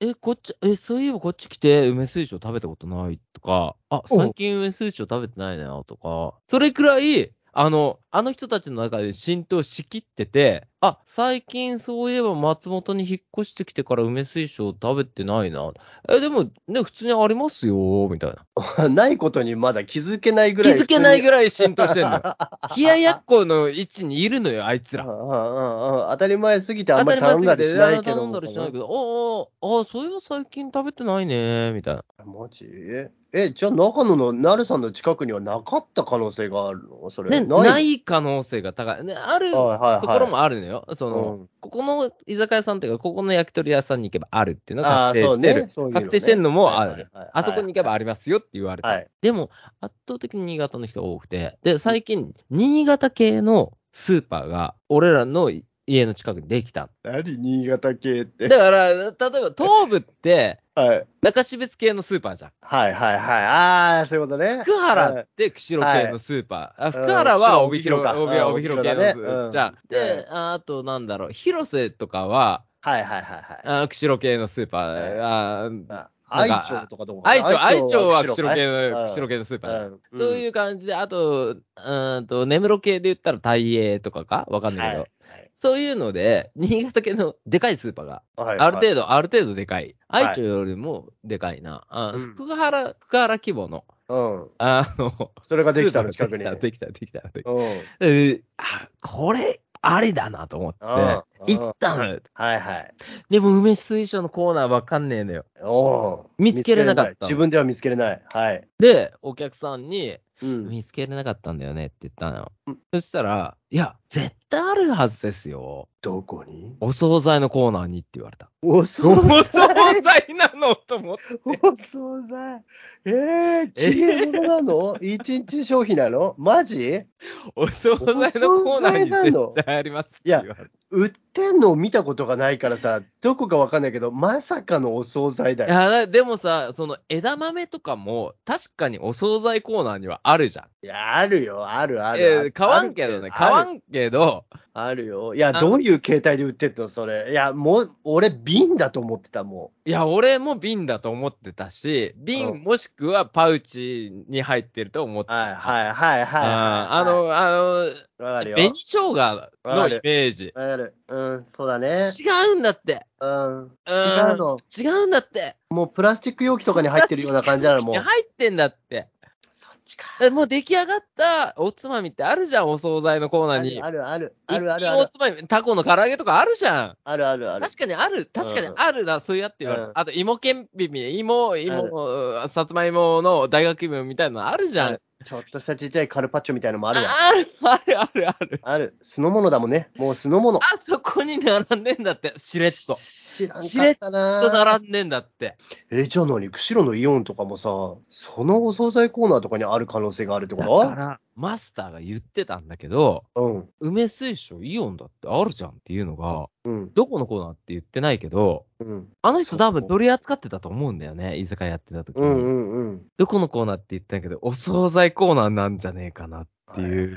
Speaker 1: え、こっち、え、そういえばこっち来て梅水晶食べたことないとか、あ、
Speaker 2: おう
Speaker 1: 最近梅水晶食べてないなとか、それくらい、あの、あの人たちの中で浸透しきってて、あ、最近そういえば松本に引っ越してきてから梅水晶食べてないな。え、でもね、普通にありますよ、みたいな。
Speaker 2: ないことにまだ気づけないぐ
Speaker 1: 気
Speaker 2: らい。
Speaker 1: づけないぐ
Speaker 2: らい。
Speaker 1: らい浸透してんの。冷ややっこの位置にいるのよ、あいつ
Speaker 2: うん
Speaker 1: ら。
Speaker 2: うんうん当たり前すぎてあんまり頼んだりしないけど。
Speaker 1: 頼んだりしないけど、おーおーあー、そういえば最近食べてないね、みたいな。
Speaker 2: マジえ、じゃあ中野のなるさんの近くにはなかった可能性があるのそれ。
Speaker 1: ね、
Speaker 2: の
Speaker 1: ない可能性が高い。ね、あると
Speaker 2: はいはいはい、
Speaker 1: ころもあるのよ。その、
Speaker 2: うん
Speaker 1: ここの居酒屋さんっていうか、ここの焼き鳥屋さんに行けばあるっていうの
Speaker 2: あ
Speaker 1: が
Speaker 2: あ
Speaker 1: 確定してる。
Speaker 2: そうねそういうのね
Speaker 1: 確定してるのもある。
Speaker 2: はいはいはい
Speaker 1: あそこに行けばありますよって言われて、
Speaker 2: はい
Speaker 1: でも、圧倒的に新潟の人が多くて、で、最近、新潟系のスーパーが、俺らの家の近くにできた。
Speaker 2: 何新潟系って。
Speaker 1: だから、例えば東部って、
Speaker 2: はい。
Speaker 1: 中標津系のスーパーじゃん。
Speaker 2: はいはいはい。ああ、そういうことね。
Speaker 1: 福
Speaker 2: は
Speaker 1: 原
Speaker 2: い
Speaker 1: って釧路系のスーパー。あ福原
Speaker 2: うん
Speaker 1: は帯広
Speaker 2: 釧路か
Speaker 1: 帯広
Speaker 2: うん
Speaker 1: 帯広系
Speaker 2: 帯
Speaker 1: のス
Speaker 2: 広だね
Speaker 1: ーパ
Speaker 2: う
Speaker 1: ー。
Speaker 2: ん
Speaker 1: じゃあ、で、ああとなんだろう、広瀬とかは、
Speaker 2: はいはいはいはい。
Speaker 1: あ釧路系のスーパー。あー
Speaker 2: あ
Speaker 1: なん
Speaker 2: 愛
Speaker 1: か
Speaker 2: 知とかどこか
Speaker 1: 愛知、愛知は釧路系
Speaker 2: う
Speaker 1: の、
Speaker 2: ん
Speaker 1: 釧路系のスーパーだよ。
Speaker 2: うん
Speaker 1: そういう感じで、あと、うーんと、根室系で言ったら大英とかかわかんないけど、
Speaker 2: はい
Speaker 1: そういうので、新潟系のでかいスーパーが、
Speaker 2: はいはい
Speaker 1: ある程度、ある程度でかい。
Speaker 2: はい
Speaker 1: 愛知よりもでかいな。あ
Speaker 2: うん
Speaker 1: 福原、福原規模の、
Speaker 2: うん。
Speaker 1: あの、
Speaker 2: それができたの近く
Speaker 1: で
Speaker 2: に。
Speaker 1: きた、できた、できた。できた
Speaker 2: うん。うん。
Speaker 1: えーあこれ、ありだなと思って、
Speaker 2: は
Speaker 1: 行ったのよ。
Speaker 2: いはい。
Speaker 1: でも、梅水晶のコーナーわかんねえのよ。
Speaker 2: おー
Speaker 1: 見つけれなかった
Speaker 2: 見つけれ自分では見つけれない。はい。
Speaker 1: で、お客さんに、
Speaker 2: うん。
Speaker 1: 見つけれなかったんだよねって言ったのよ。そしたら、いや、絶対あるはずですよ。
Speaker 2: どこに
Speaker 1: お惣菜のコーナーにって言われた。
Speaker 2: お
Speaker 1: お
Speaker 2: 惣菜
Speaker 1: 菜なのと思って。
Speaker 2: お惣菜えー、消え物なの一日消費なのマジ
Speaker 1: お惣菜のコーナーに
Speaker 2: お惣菜なの
Speaker 1: 絶対ありますって言われた。
Speaker 2: 売ってんのを見たことがないからさ、どこかわかんないけど、まさかのお惣菜だ
Speaker 1: い
Speaker 2: よ。
Speaker 1: や、だでもさ、その枝豆とかも、確かにお惣菜コーナーにはあるじゃん。
Speaker 2: いや、あるよ、あるあ
Speaker 1: いや
Speaker 2: る。
Speaker 1: 買わんけどね、買わ
Speaker 2: ん。
Speaker 1: んけど、
Speaker 2: あるよ。いや、
Speaker 1: あ
Speaker 2: どういう形態で売ってんの、それ。いや、もう、俺、瓶だと思ってた、も
Speaker 1: いや、俺も瓶だと思ってたし、
Speaker 2: う
Speaker 1: 瓶
Speaker 2: ん
Speaker 1: もしくはパウチに入ってると思っ
Speaker 2: う。
Speaker 1: てた。
Speaker 2: はいはいはいはい。
Speaker 1: あーあ、の、あの、
Speaker 2: わかるよ。
Speaker 1: 紅生姜のイメージ。
Speaker 2: わかる。うん、そうだね。
Speaker 1: 違うんだって。
Speaker 2: うん。
Speaker 1: 違
Speaker 2: 違う。の。
Speaker 1: 違うんだって。
Speaker 2: もうプラスチック容器とかに入ってるような感じなの、もう。
Speaker 1: 入ってんだって。
Speaker 2: そっちか。
Speaker 1: えもう出来上がったおつまみってあるじゃん、お惣菜のコーナ
Speaker 2: あ
Speaker 1: ーに
Speaker 2: る。あるある。あるある
Speaker 1: 一
Speaker 2: あ
Speaker 1: 品お
Speaker 2: る。
Speaker 1: つまみ、タコの唐揚げとかあるじゃん。
Speaker 2: あるあるある。
Speaker 1: 確かにある、確かにあるな、そうやって言われる
Speaker 2: うん
Speaker 1: あと、芋けんぴみ、芋、芋、さつまいもの大学芋みたいなのあるじゃん。
Speaker 2: ちょっとしたちっちゃいカルパッチョみたいのもあ
Speaker 1: あ
Speaker 2: るわ。
Speaker 1: る、ある、ある、ある。
Speaker 2: ある。酢の物だもんね。もう酢の物。
Speaker 1: あそこに並んでんだって、しれっと。
Speaker 2: 知らん
Speaker 1: しれ
Speaker 2: か
Speaker 1: っ
Speaker 2: ったな
Speaker 1: 並んでんだって。
Speaker 2: え、じゃあ何釧路のイオンとかもさ、そのお惣菜コーナーとかにある可能性があるってこ
Speaker 1: だ
Speaker 2: と
Speaker 1: から、マスターが言ってたんだけど、
Speaker 2: うん。
Speaker 1: 梅水晶イオンだってあるじゃんっていうのが、
Speaker 2: うん。
Speaker 1: どこのコーナーって言ってないけど、
Speaker 2: うん。
Speaker 1: あの人多分取り扱ってたと思うんだよね、居酒屋やってた時に。
Speaker 2: うんうんうん。
Speaker 1: どこのコーナーって言ったんやけど、お惣菜コーナーなんじゃねえかなっていう。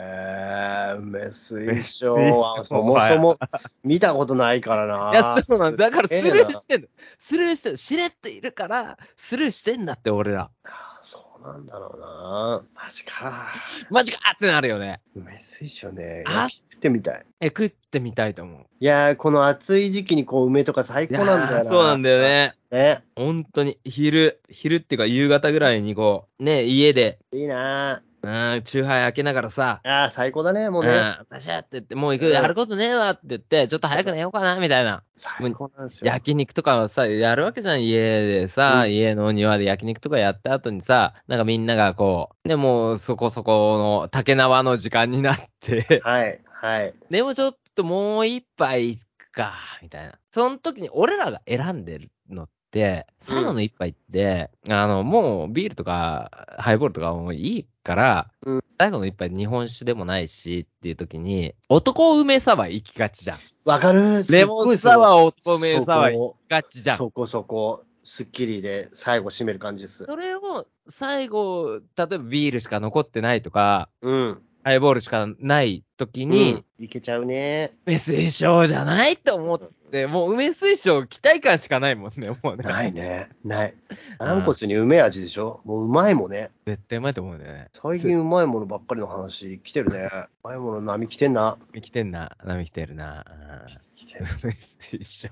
Speaker 2: えー、梅水
Speaker 1: 梅
Speaker 2: 晶
Speaker 1: 水晶
Speaker 2: はそもそも見たことないから
Speaker 1: いや
Speaker 2: な。、
Speaker 1: そうなんだ。だからス
Speaker 2: す
Speaker 1: ル
Speaker 2: げえな
Speaker 1: ーしてんの。スルーしてんの。しれっといるから、スルーしてんだって、俺ら。
Speaker 2: あそうなんだろうな。マジか。
Speaker 1: マジかってなるよね。
Speaker 2: 梅水晶ね、
Speaker 1: あ
Speaker 2: 焼き食ってみたい。
Speaker 1: え、食ってみたいと思う。
Speaker 2: いやー、この暑い時期にこう梅とか最高なんだよ
Speaker 1: いやー
Speaker 2: な。
Speaker 1: そうなんだよ。ね。
Speaker 2: ね、
Speaker 1: 本当に、昼、昼っていうか夕方ぐらいにこう、ね、家で、
Speaker 2: いいな
Speaker 1: うん、チューハイ開けながらさ、
Speaker 2: ー。ああ、最高だね、もう
Speaker 1: う
Speaker 2: ね。
Speaker 1: ん、パシャって言って、もう行く、
Speaker 2: うん
Speaker 1: やることねえわって言って、ちょっと早く寝ようかな、みたいな。
Speaker 2: 最高なんですよ。
Speaker 1: 焼肉とかをさ、やるわけじゃん、家でさ、
Speaker 2: うん
Speaker 1: 家の庭で焼肉とかやった後にさ、なんかみんながこう、ね、もうそこそこの竹縄の時間にな って、
Speaker 2: はい、はい。
Speaker 1: でもちょっともう一杯行くか、みたいな。その時に俺らが選んでるのって、最後の一杯って、あの、もうビールとかハイボールとかもういいから、
Speaker 2: うん
Speaker 1: 最後の一杯日本酒でもないしっていう時に、男梅サワー行きがちじゃん。
Speaker 2: わかる
Speaker 1: レモンサワー、男梅サワー行
Speaker 2: そこ
Speaker 1: きがちじゃん。
Speaker 2: そこそこ、スッキリで最後締める感じです。
Speaker 1: それを最後、例えばビールしか残ってないとか、
Speaker 2: うん。
Speaker 1: ハイボールしかない時
Speaker 2: に、
Speaker 1: に、
Speaker 2: いけちゃうね。
Speaker 1: 梅水晶じゃないと思って、もう梅水晶期待感しかないもんね、 もうね。
Speaker 2: ないね。ない。軟骨に梅味でしょもううまいもんね。
Speaker 1: 絶対うまいと思うね。
Speaker 2: 最近うまいものばっかりの話来てるね。うまいもの波来てんな。
Speaker 1: 生きてんな、波来てるな。
Speaker 2: 来て
Speaker 1: うん
Speaker 2: る
Speaker 1: 梅水晶。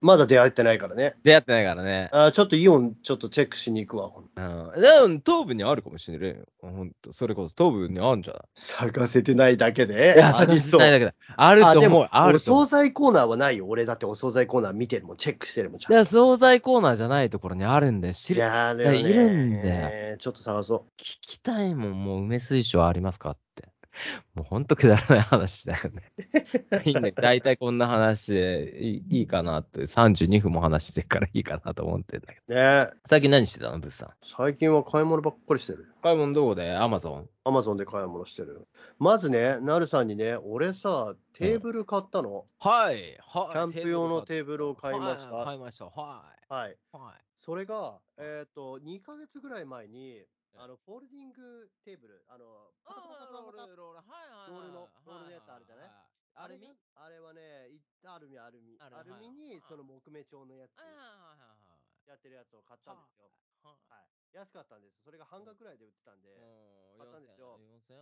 Speaker 2: まだ出会ってないからね。
Speaker 1: 出会ってないからね。
Speaker 2: あーちょっとイオンちょっとチェックしに行くわ。
Speaker 1: うん。でも、東部にあるかもしれないよ。ほんと、それこそ東部にあるんじゃない
Speaker 2: 咲かせてないだけで。
Speaker 1: いや、
Speaker 2: あ
Speaker 1: 探
Speaker 2: り
Speaker 1: して
Speaker 2: そう
Speaker 1: ないだけだ。あると
Speaker 2: で
Speaker 1: 思う
Speaker 2: も、
Speaker 1: あ
Speaker 2: お
Speaker 1: ると思
Speaker 2: 惣
Speaker 1: う。
Speaker 2: 菜コーナーはないよ。俺だってお惣菜コーナー見てるもん、チェックしてるもん、ち
Speaker 1: だか
Speaker 2: ゃ
Speaker 1: ら、
Speaker 2: ん
Speaker 1: 惣菜コーナーじゃないところにあるんで、知
Speaker 2: と。い
Speaker 1: り、聞
Speaker 2: やーでもね
Speaker 1: いるんだ
Speaker 2: ちょっと探そ
Speaker 1: きたいもん、もう梅水晶ありますかって。もうほんとくだらない話だよね。いいんだよ。大体こんな話でいいいいかなって、32分も話してるからいいかなと思ってんだけど。
Speaker 2: う。ね
Speaker 1: 最近何してたの、ブスさん。
Speaker 2: 最近は買い物ばっかりしてる。
Speaker 1: 買い物どこでアマゾン。
Speaker 2: アマゾンで買い物してる。まずね、なるさんにね、俺さ、テーブル買ったの。
Speaker 1: はい。は
Speaker 2: キャンプ用のテーブルを買いまし
Speaker 1: はい買
Speaker 2: た。
Speaker 1: いました。は
Speaker 2: はい。
Speaker 1: い。はい。
Speaker 2: それが、えっ、と、2ヶ月ぐらい前に、あの、フォールディングテーブル、あの、パタパタパタパタ
Speaker 1: ル、ロール、はい
Speaker 2: はいはいロールのロールのやつあるじゃない
Speaker 1: アルミ
Speaker 2: があれはね、いアルミ、アルミ。
Speaker 1: ア
Speaker 2: ア
Speaker 1: ル
Speaker 2: ル
Speaker 1: ミはい
Speaker 2: ミに、その木目調のやつ、
Speaker 1: はいはい
Speaker 2: やってるやつを買ったんですよ。
Speaker 1: はいはい。
Speaker 2: はい。安かったんです。それが半額ぐらいで売ってたんで。
Speaker 1: もう
Speaker 2: 買ったんですよ
Speaker 1: 4000